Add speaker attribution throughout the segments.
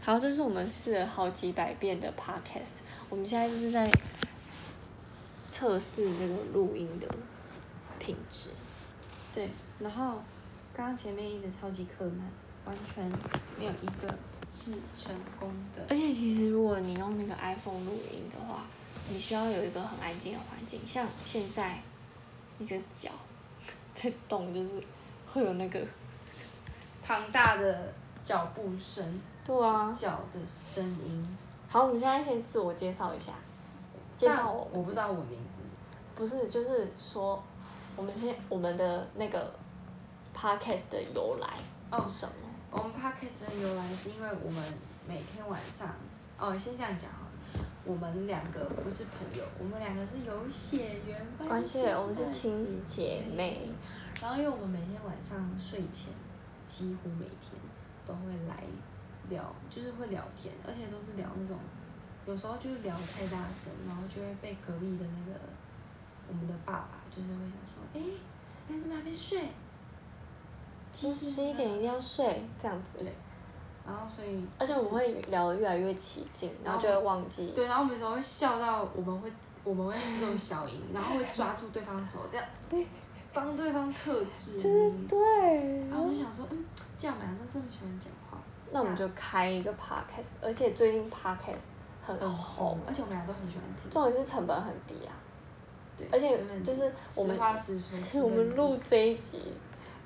Speaker 1: 好，这是我们试了好几百遍的 podcast，我们现在就是在测试这个录音的品质。
Speaker 2: 对，然后刚刚前面一直超级困难，完全没有一个是成功的。
Speaker 1: 而且其实如果你用那个 iPhone 录音的话，你需要有一个很安静的环境，像现在你的脚 在动，就是会有那个
Speaker 2: 庞大的脚步声，
Speaker 1: 对啊
Speaker 2: 脚的声音。
Speaker 1: 好，我们现在先自我介绍一下，介绍
Speaker 2: 但
Speaker 1: 我
Speaker 2: 我，
Speaker 1: 们
Speaker 2: 不
Speaker 1: 自
Speaker 2: 知
Speaker 1: 己
Speaker 2: 道我名字。
Speaker 1: 不是，就是说，我们先我们的那个 podcast 的由来是什么？
Speaker 2: 我们 podcast 的由来是因为我们每天晚上，哦，先这样讲好了。我们两个不是朋友，我们两个是有血缘
Speaker 1: 关系，
Speaker 2: 的
Speaker 1: 我们是亲姐
Speaker 2: 姐妹
Speaker 1: 妹，
Speaker 2: 然后因为我们每天晚上睡前，几乎每天都会来聊，就是会聊天，而且都是聊那种，有时候就是聊得太大声，然后就会被隔壁的那个我们的爸爸，就是会想说，哎、你怎么还没睡？
Speaker 1: 其实十一
Speaker 2: 呢
Speaker 1: 点一定要睡这样子。
Speaker 2: 对，然后所以，
Speaker 1: 而且我们会聊得越来越起劲，然后就会忘记。
Speaker 2: 对，然后我们有时候会笑到我们会我们会自动消音，然后会抓住对方的手，这样帮对方克制。
Speaker 1: 对
Speaker 2: 然后我就想说，嗯，既然我们俩都这么喜欢讲话。
Speaker 1: 那我们就开一个 podcast，而且最近 podcast 很
Speaker 2: 很
Speaker 1: 红
Speaker 2: 红，，而且我们俩都很喜欢听。
Speaker 1: 哦重点是成本很低啊。
Speaker 2: 对，
Speaker 1: 而且
Speaker 2: 真的很
Speaker 1: 就是我们
Speaker 2: 实话实说，
Speaker 1: 我们录这一集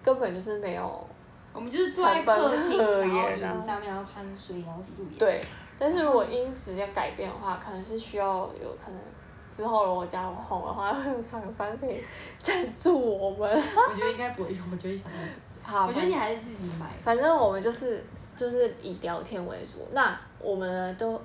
Speaker 1: 根本就是没有
Speaker 2: 我们就是坐在客
Speaker 1: 成本
Speaker 2: 厅，然后
Speaker 1: 可
Speaker 2: 椅
Speaker 1: 言啊
Speaker 2: 子上面，然后穿水，然后素颜。，
Speaker 1: 对，但是如果音质要改变的话，可能是需要有可能之后如果加入红的话，会有厂商可以赞助我们。
Speaker 2: 我觉得应该不会用，我觉得想要。
Speaker 1: 好，
Speaker 2: 我觉得你还是自己买。
Speaker 1: 反正我们就是就是以聊天为主。那我们呢都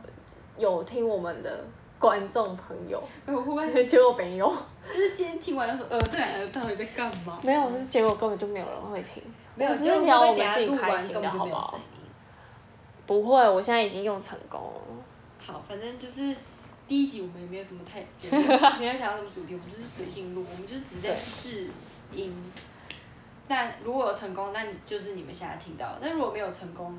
Speaker 1: 有听我们的观众朋友，
Speaker 2: 哎，我会不 会
Speaker 1: 结果没有，
Speaker 2: 就是今天听完就说，呃，这两个到底在干嘛？
Speaker 1: 没有是结果根本就没有人会听。
Speaker 2: 没有，
Speaker 1: 我们只
Speaker 2: 就是
Speaker 1: 聊我
Speaker 2: 等
Speaker 1: 们
Speaker 2: 下
Speaker 1: 自己
Speaker 2: 录
Speaker 1: 开
Speaker 2: 完
Speaker 1: 心
Speaker 2: 根
Speaker 1: 的
Speaker 2: 本就
Speaker 1: 好
Speaker 2: 没
Speaker 1: 不
Speaker 2: 有
Speaker 1: 好
Speaker 2: 声？音。
Speaker 1: 不会，我现在已经用成功了。
Speaker 2: 好，反正就是第一集我们也没有什么太，没有想到什么主题，我们就是随性录，我们就是只是在
Speaker 1: 对
Speaker 2: 试音。那如果有成功，那你就是你们现在听到；那如果没有成功，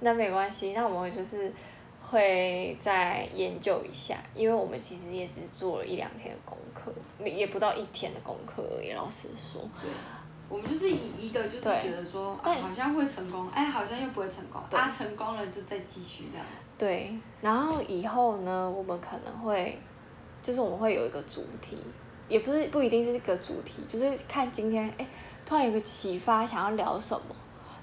Speaker 1: 那没关系，那我们就是会再研究一下，因为我们其实也只做了一两天的功课，没也不到一天的功课而已。老实说，
Speaker 2: 对，我们就是以一个就是
Speaker 1: 对
Speaker 2: 觉得说，啊
Speaker 1: 对，
Speaker 2: 好像会成功，哎，好像又不会成功，
Speaker 1: 对
Speaker 2: 啊，成功了就再继续这样。
Speaker 1: 对。然后以后呢，我们可能会，就是我们会有一个主题，也不是不一定是一个主题，就是看今天哎，突然有个启发，想要聊什么。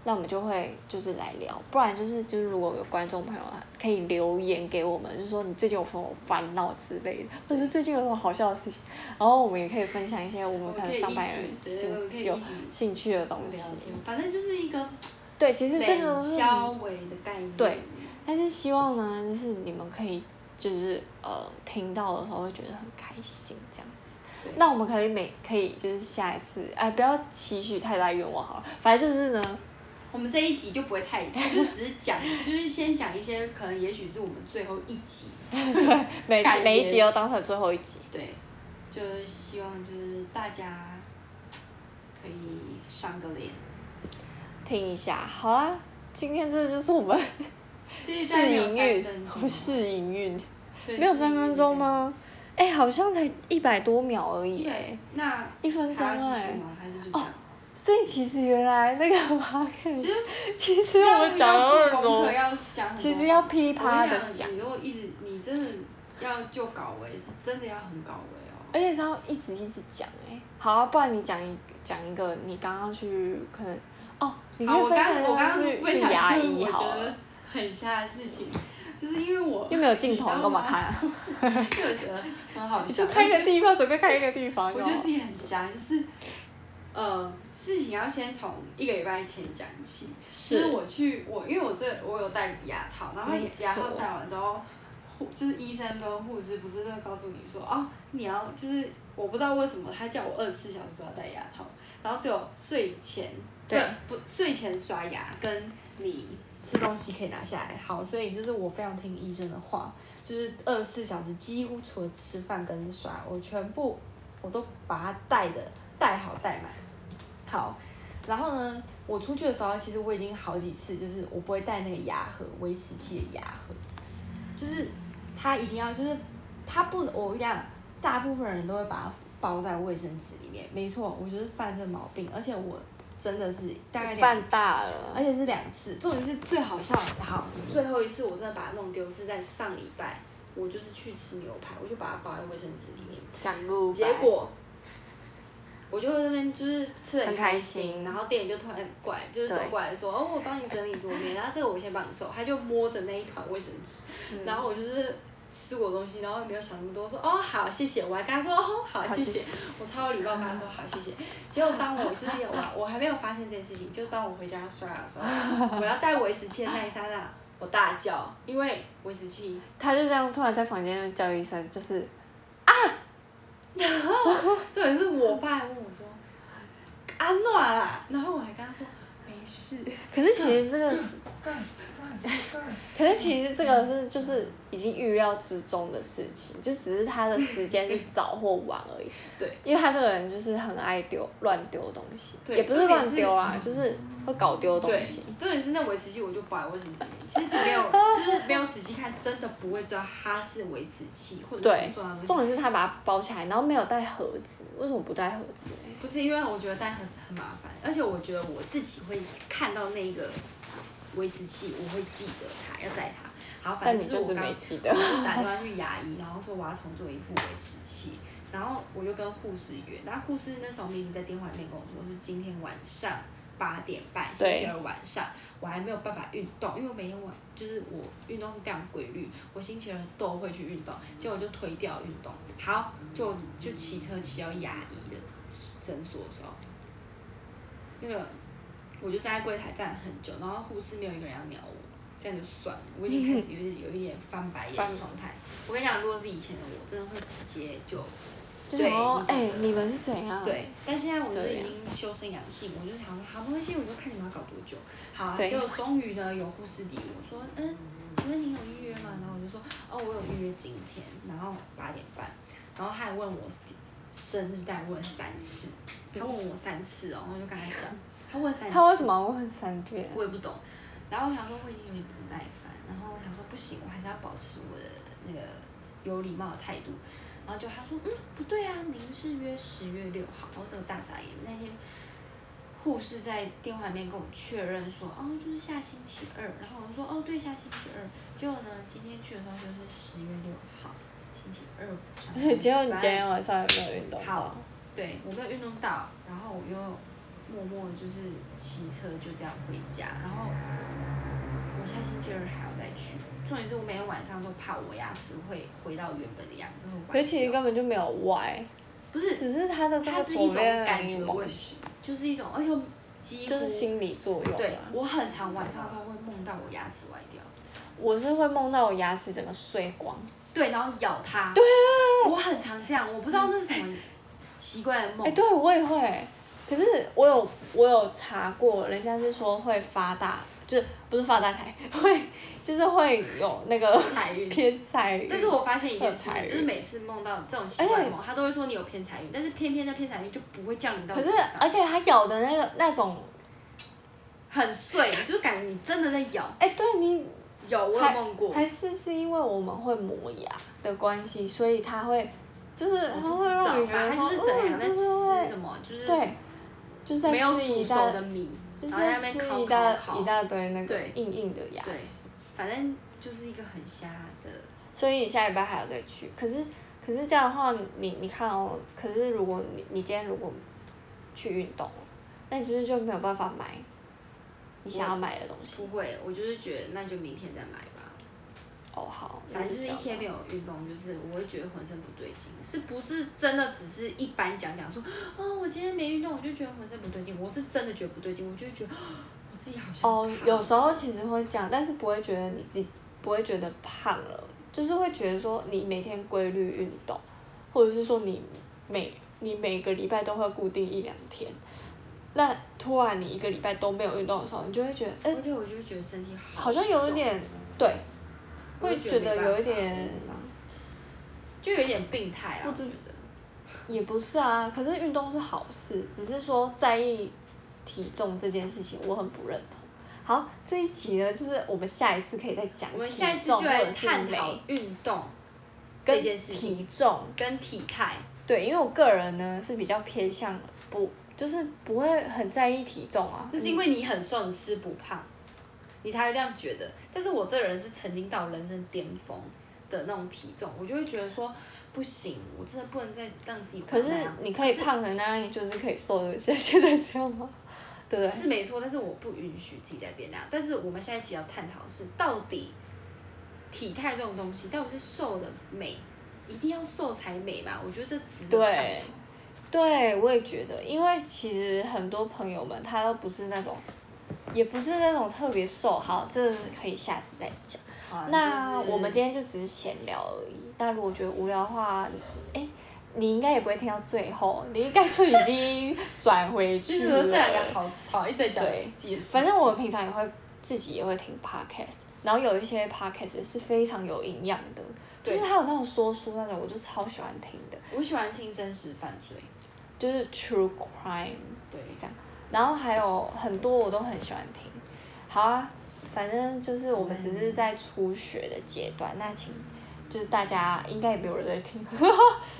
Speaker 1: 那我们就会就是来聊，不然就是就是如果有观众朋友啊，可以留言给我们，就是说你最近有什么烦恼之类的，或者是最近有什么好笑的事情，然后我们也可以分享一些我们
Speaker 2: 我
Speaker 1: 可
Speaker 2: 们可
Speaker 1: 能
Speaker 2: 以一
Speaker 1: 上班人
Speaker 2: 起，对，我们可
Speaker 1: 兴
Speaker 2: 以
Speaker 1: 有
Speaker 2: 一起
Speaker 1: 兴趣的东西
Speaker 2: 聊。天，反正就是一个
Speaker 1: 对，其实这个
Speaker 2: 冷
Speaker 1: 都是
Speaker 2: 消微的概念。
Speaker 1: 对但是希望呢，就是你们可以就是呃听到的时候会觉得很开心这样。
Speaker 2: 对
Speaker 1: 那我们可以每可以就是下一次，哎，不要期许太大愿望好了，反正就是呢，
Speaker 2: 我们这一集就不会太，就只是讲， 就是先讲一些可能，也许是我们最后一集，
Speaker 1: 每
Speaker 2: 感
Speaker 1: 每一
Speaker 2: 言
Speaker 1: 集都当成最后一集。
Speaker 2: 对，就是希望就是大家可以上个脸，
Speaker 1: 听一下。好啦，今天这就是我们
Speaker 2: 这一段
Speaker 1: 试
Speaker 2: 没有
Speaker 1: 营
Speaker 2: 三
Speaker 1: 运
Speaker 2: 分，钟
Speaker 1: 我，试营运
Speaker 2: 对
Speaker 1: 没有三分钟？吗？哎、好像才一百多秒而已、
Speaker 2: 对
Speaker 1: 哎，，
Speaker 2: 那
Speaker 1: 一分钟
Speaker 2: 还要继
Speaker 1: 哎、
Speaker 2: 续吗？还是就这样？
Speaker 1: 所以其实原来那个 p o d
Speaker 2: 其
Speaker 1: c
Speaker 2: 实
Speaker 1: a 其实
Speaker 2: 要
Speaker 1: 我们讲了
Speaker 2: 要
Speaker 1: 很
Speaker 2: 做功
Speaker 1: 多
Speaker 2: 课，要讲很多，
Speaker 1: 其实要噼里
Speaker 2: 我跟你
Speaker 1: 啪啦的
Speaker 2: 讲
Speaker 1: 讲，
Speaker 2: 你如果一直你真的要就搞维，是真的要很搞维哦。
Speaker 1: 而且是要一直一直讲哎、好、啊，不然你讲一讲一个，你刚刚去可能哦，你可
Speaker 2: 好，
Speaker 1: 以
Speaker 2: 我
Speaker 1: 分
Speaker 2: 刚
Speaker 1: 享
Speaker 2: 我刚刚
Speaker 1: 一下去
Speaker 2: 分
Speaker 1: 去
Speaker 2: 享
Speaker 1: 牙
Speaker 2: 一个
Speaker 1: 医
Speaker 2: 我
Speaker 1: 好
Speaker 2: 觉
Speaker 1: 了，
Speaker 2: 得很瞎的事情，就是因为我
Speaker 1: 又没有镜头，
Speaker 2: 你知道
Speaker 1: 干嘛
Speaker 2: 吗
Speaker 1: 看、啊？
Speaker 2: 就我觉得很好
Speaker 1: 你
Speaker 2: 笑。
Speaker 1: 就开一个地方，随便开一个地方就哦
Speaker 2: 我
Speaker 1: 好
Speaker 2: 觉
Speaker 1: 了。
Speaker 2: 得自己很瞎，就是呃，事情要先从一个礼拜前讲起。就是我去我因为我这我有戴牙套，然后
Speaker 1: 没
Speaker 2: 牙牙套
Speaker 1: 错
Speaker 2: 戴完之后，护就是医生跟护士不是都会告诉你说哦，你要就是我不知道为什么他叫我二十四小时都要戴牙套，然后只有睡前
Speaker 1: 对
Speaker 2: 不不睡前刷牙跟你吃东西可以拿下来。好，所以就是我非常听医生的话，就是二十四小时几乎除了吃饭跟刷，我全部我都把它带的带好带满。好，然后呢，我出去的时候，其实我已经好几次，就是我不会带那个牙盒，威士忌的牙盒，就是它一定要，就是它不，我跟你讲，大部分人都会把它包在卫生纸里面。没错，我就是犯这毛病，而且我真的是大概两，
Speaker 1: 犯大了，
Speaker 2: 而且是两次，重点是最好笑的，好，最后一次我真的把它弄丢是在上礼拜，我就是去吃牛排，我就把它包在卫生纸里面。
Speaker 1: 讲不
Speaker 2: 结果我就在那边就是吃的
Speaker 1: 很开
Speaker 2: 开
Speaker 1: 心
Speaker 2: 然后店员就突然过来，就是走
Speaker 1: 对
Speaker 2: 过来说：“哦，我帮你整理桌面，然后这个我先帮你收。”他就摸着那一团卫生纸，
Speaker 1: 嗯
Speaker 2: 然后我就是。吃过的东西，然后也没有想那么多，说哦好谢谢，我还跟他说哦好谢
Speaker 1: 谢
Speaker 2: 谢，我超有礼貌跟他说好谢谢。结果当我就是我我还没有发现这件事情，就当我回家刷牙的时候，我要带维持器的那一刹那，我大叫，因为维持器
Speaker 1: 他就这样突然在房间叫一声，就是
Speaker 2: 重点是我爸还问我说：“安暖啊！”然后我还跟他说：“没事。
Speaker 1: 可是其实这
Speaker 2: 嗯
Speaker 1: 个是，可是其实这个是就是已经预料之中的事情，就只是他的时间是早或晚而已。
Speaker 2: 对，
Speaker 1: 因为他这个人就是很爱丢乱丢东西，
Speaker 2: 对
Speaker 1: 也不是
Speaker 2: 重点
Speaker 1: 乱
Speaker 2: 是
Speaker 1: 丢啊，就是会搞丢”东
Speaker 2: 对
Speaker 1: 西。，
Speaker 2: 重点是那维持器，我就不爱维持器。其实没 有，就是没有仔细看，真的不会知道它是维持器或者是什么
Speaker 1: 对
Speaker 2: 重要的，
Speaker 1: 重
Speaker 2: 东西。
Speaker 1: 点是他把它包起来，然后没有带盒子，为什么不带盒子、欸？
Speaker 2: 不是因为我觉得带盒子很麻烦，而且我觉得我自己会看到那个维持器，我会记得它要带它。好，反
Speaker 1: 但
Speaker 2: 正
Speaker 1: 你就
Speaker 2: 我
Speaker 1: 是
Speaker 2: 刚
Speaker 1: 没记得
Speaker 2: 我。就打电话去牙医，然后说我要重做一副维持器，然后我就跟护士约，然后护士那时候明明在电话里面跟我说是今天晚上八点半，星期
Speaker 1: 对
Speaker 2: 二晚上，我还没有办法运动，因为我每天晚就是我运动是非常规律，我星期二都会去运动，结果我就推掉运动，好，就就骑车骑到牙医的诊所的时候，那个我就站在柜台站了很久，然后护士没有一个人要鸟我，这样就算了。我已经开始有点有一点翻白眼的状态。我跟你讲，如果是以前的我，真的会直接就
Speaker 1: 就
Speaker 2: 对
Speaker 1: 想说，
Speaker 2: 你
Speaker 1: 哎、
Speaker 2: 懂得
Speaker 1: 你们是怎样？
Speaker 2: 对，但现在我就
Speaker 1: 这
Speaker 2: 已
Speaker 1: 样
Speaker 2: 经修身养性，我就想说，好，没关系，我就看你们要搞多久。好、啊，
Speaker 1: 对
Speaker 2: 结果终于呢，有护士理我说，嗯，请问您有预约吗？然后我就说，哦，我有预约今天，然后八点半，然后他还问我生日，大概问了三次，他问我三次哦，然后就跟他讲，他问三次，
Speaker 1: 他为什么要问三 遍？。
Speaker 2: 我也不懂。然后我想说我已经有点不耐烦，然后我想说不行，我还是要保持我的那个有礼貌的态度。然后就他说嗯不对啊，您是约十月六号，然后这个大傻眼。那天护士在电话里面跟我确认说哦就是下星期二，然后我就说哦对下星期二。结果呢今天去的时候就是十月六号，星期二晚 上
Speaker 1: 结果你
Speaker 2: 反
Speaker 1: 今
Speaker 2: 正
Speaker 1: 天晚上有没有运动到
Speaker 2: 好？对，我没有运动到，然后我又默默就是骑车就这样回家，然后我下星期二还要再去。重点是我每天晚上都怕我牙齿会回到原本的样子，会
Speaker 1: 可
Speaker 2: 歪
Speaker 1: 是其实
Speaker 2: 掉
Speaker 1: 根本就没有歪，
Speaker 2: 不是，
Speaker 1: 只是他的那
Speaker 2: 它
Speaker 1: 个
Speaker 2: 是一
Speaker 1: 左
Speaker 2: 种
Speaker 1: 边的
Speaker 2: 感觉
Speaker 1: 柠
Speaker 2: 问
Speaker 1: 檬，
Speaker 2: 题，就是一种，而且我几乎
Speaker 1: 就是心理作用、啊。
Speaker 2: 对我很常晚上的时候会梦到我牙齿歪掉，
Speaker 1: 我是会梦到我牙齿整个碎光。
Speaker 2: 对，然后咬它，对，
Speaker 1: 啊
Speaker 2: 我很常这样，我不知道那是什么奇怪的
Speaker 1: 哎、
Speaker 2: 梦，
Speaker 1: 对我也会，可是我有我有查过，人家是说会发大，就是不是发大财， 会就是会有那 个
Speaker 2: 彩云。
Speaker 1: 偏财运。
Speaker 2: 但是我发现一件事
Speaker 1: 会有财
Speaker 2: 情，
Speaker 1: 运
Speaker 2: 就是每次梦到这种奇怪的
Speaker 1: 哎
Speaker 2: 梦，他都会说你有偏财运，但是偏偏那偏财运就不会降临到
Speaker 1: 可
Speaker 2: 你
Speaker 1: 是
Speaker 2: 身上，
Speaker 1: 而且它咬的那个那种，
Speaker 2: 很碎，就是感觉你真的在咬。
Speaker 1: 哎、对你
Speaker 2: 有，我有梦过。
Speaker 1: 还是是因为我们会磨牙的关系，所以它会就是它
Speaker 2: 我不
Speaker 1: 会
Speaker 2: 知道
Speaker 1: 让你觉
Speaker 2: 反
Speaker 1: 得
Speaker 2: 正
Speaker 1: 说，
Speaker 2: 他就是
Speaker 1: 嗯，
Speaker 2: 整样在
Speaker 1: 就
Speaker 2: 吃
Speaker 1: 是
Speaker 2: 什么，就是
Speaker 1: 会对，就是在
Speaker 2: 没有
Speaker 1: 吃
Speaker 2: 煮
Speaker 1: 一
Speaker 2: 熟
Speaker 1: 大
Speaker 2: 的，米，
Speaker 1: 就是
Speaker 2: 然后在
Speaker 1: 在
Speaker 2: 那边
Speaker 1: 吃
Speaker 2: 烤
Speaker 1: 一大
Speaker 2: 烤
Speaker 1: 一
Speaker 2: 烤，
Speaker 1: 大堆那个
Speaker 2: 对
Speaker 1: 硬硬的牙
Speaker 2: 对
Speaker 1: 齿。
Speaker 2: 反正就是一个很瞎的。
Speaker 1: 所以你下礼拜还要再去。可是可是这样的话，你你看哦，可是如果你你今天如果去运动了，那你是不是就没有办法买你想要买的东西
Speaker 2: 不？会，我就是觉得那就明天再买吧。
Speaker 1: 哦，好，那
Speaker 2: 反正
Speaker 1: 就
Speaker 2: 就
Speaker 1: 这
Speaker 2: 是一
Speaker 1: 样
Speaker 2: 天没有运动，就是我会觉得浑身不对劲，是不是真的只是一般讲讲说，哦，我今天没运动，我就觉得浑身不对劲，我是真的觉得不对劲，我就会觉得、哦我自己好像
Speaker 1: 哦，
Speaker 2: 胖
Speaker 1: 有时候其实会这样，但是不会觉得你自己不会觉得胖了，就是会觉得说你每天规律运动，或者是说你每你每个礼拜都会固定一两天，那突然你一个礼拜都没有运动的时候，你就会觉得，哎、
Speaker 2: 而且我就会觉得身体好
Speaker 1: 好像有一
Speaker 2: 重，
Speaker 1: 点对，
Speaker 2: 我
Speaker 1: 会
Speaker 2: 就
Speaker 1: 觉
Speaker 2: 觉
Speaker 1: 得
Speaker 2: 没
Speaker 1: 有一
Speaker 2: 办法
Speaker 1: 点，嗯
Speaker 2: 就有一点病态啊，
Speaker 1: 不
Speaker 2: 我
Speaker 1: 知
Speaker 2: 觉得
Speaker 1: 也不是啊。可是运动是好事，只是说在意体重这件事情，我很不认同。好，这一集呢，就是我们下一次可以再讲
Speaker 2: 我们下一
Speaker 1: 体
Speaker 2: 次
Speaker 1: 重
Speaker 2: 就
Speaker 1: 或者
Speaker 2: 来
Speaker 1: 是
Speaker 2: 探讨
Speaker 1: 美
Speaker 2: 运动这
Speaker 1: 跟
Speaker 2: 件事情
Speaker 1: 体重，
Speaker 2: 跟体态，
Speaker 1: 对，因为我个人呢是比较偏向不，就是不会很在意体重啊。
Speaker 2: 那是因为你很瘦，你吃不胖，你才会这样觉得。但是我这人是曾经到人生巅峰的那种体重，我就会觉得说不行，我真的不能再让自己
Speaker 1: 嗯可
Speaker 2: 胖
Speaker 1: 是
Speaker 2: 那样。
Speaker 1: 你可以胖成那样，就是可以瘦的像现在这样 吗？对不对？
Speaker 2: 是没错，但是我不允许自己再变那样。但是我们下一期要探讨的是，到底体态这种东西，到底是瘦的美，一定要瘦才美嘛？我觉得这值得探
Speaker 1: 对
Speaker 2: 讨。，
Speaker 1: 对，我也觉得，因为其实很多朋友们他都不是那种，也不是那种特别瘦，好，这可以下次再讲。
Speaker 2: 好啊
Speaker 1: 那
Speaker 2: 就是
Speaker 1: 我们今天就只是闲聊而已。那如果觉得无聊的话，哎，你应该也不会听到最后，你应该就已经转回
Speaker 2: 其
Speaker 1: 去
Speaker 2: 实
Speaker 1: 了。
Speaker 2: 这两 个好吵，一直在讲
Speaker 1: 对
Speaker 2: 自己的事情
Speaker 1: 反正我们平常也会自己也会听 podcast，然后有一些 podcast 是非常有营养的，就
Speaker 2: 对
Speaker 1: 是它有那种说书那种，我就超喜欢听的，
Speaker 2: 我喜欢听真实犯罪，
Speaker 1: 就是 true crime。
Speaker 2: 对，
Speaker 1: 这样，然后还有很多我都很喜欢听。好啊，反正就是我们只是在初学的阶段，那请就是大家应该也没有人在听，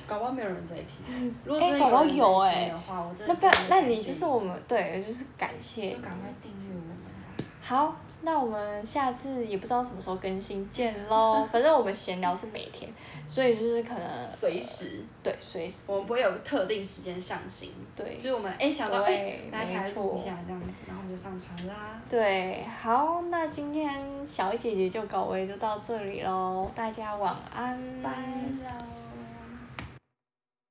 Speaker 2: 搞不好没有人在听。如果
Speaker 1: 哎
Speaker 2: 真的
Speaker 1: 搞不好
Speaker 2: 人在
Speaker 1: 有哎
Speaker 2: 听的话，我真的
Speaker 1: 那不要
Speaker 2: 非常，
Speaker 1: 那
Speaker 2: 感
Speaker 1: 你
Speaker 2: 谢
Speaker 1: 就是我们对，就是感谢
Speaker 2: 就。赶快订阅我们吧。
Speaker 1: 好，那我们下次也不知道什么时候更新见 喽，反正我们闲聊是每天，所以就是可能
Speaker 2: 随时，
Speaker 1: 对随时
Speaker 2: 我们不会有特定时间上新，
Speaker 1: 对
Speaker 2: 就是我们哎想到哎
Speaker 1: 对，
Speaker 2: 大家开
Speaker 1: 没
Speaker 2: 始录
Speaker 1: 错
Speaker 2: 一下这样子，然后我们就上传啦。
Speaker 1: 对，好，那今天小易姐姐就搞维就到这里喽，大家晚安，
Speaker 2: 拜。喽。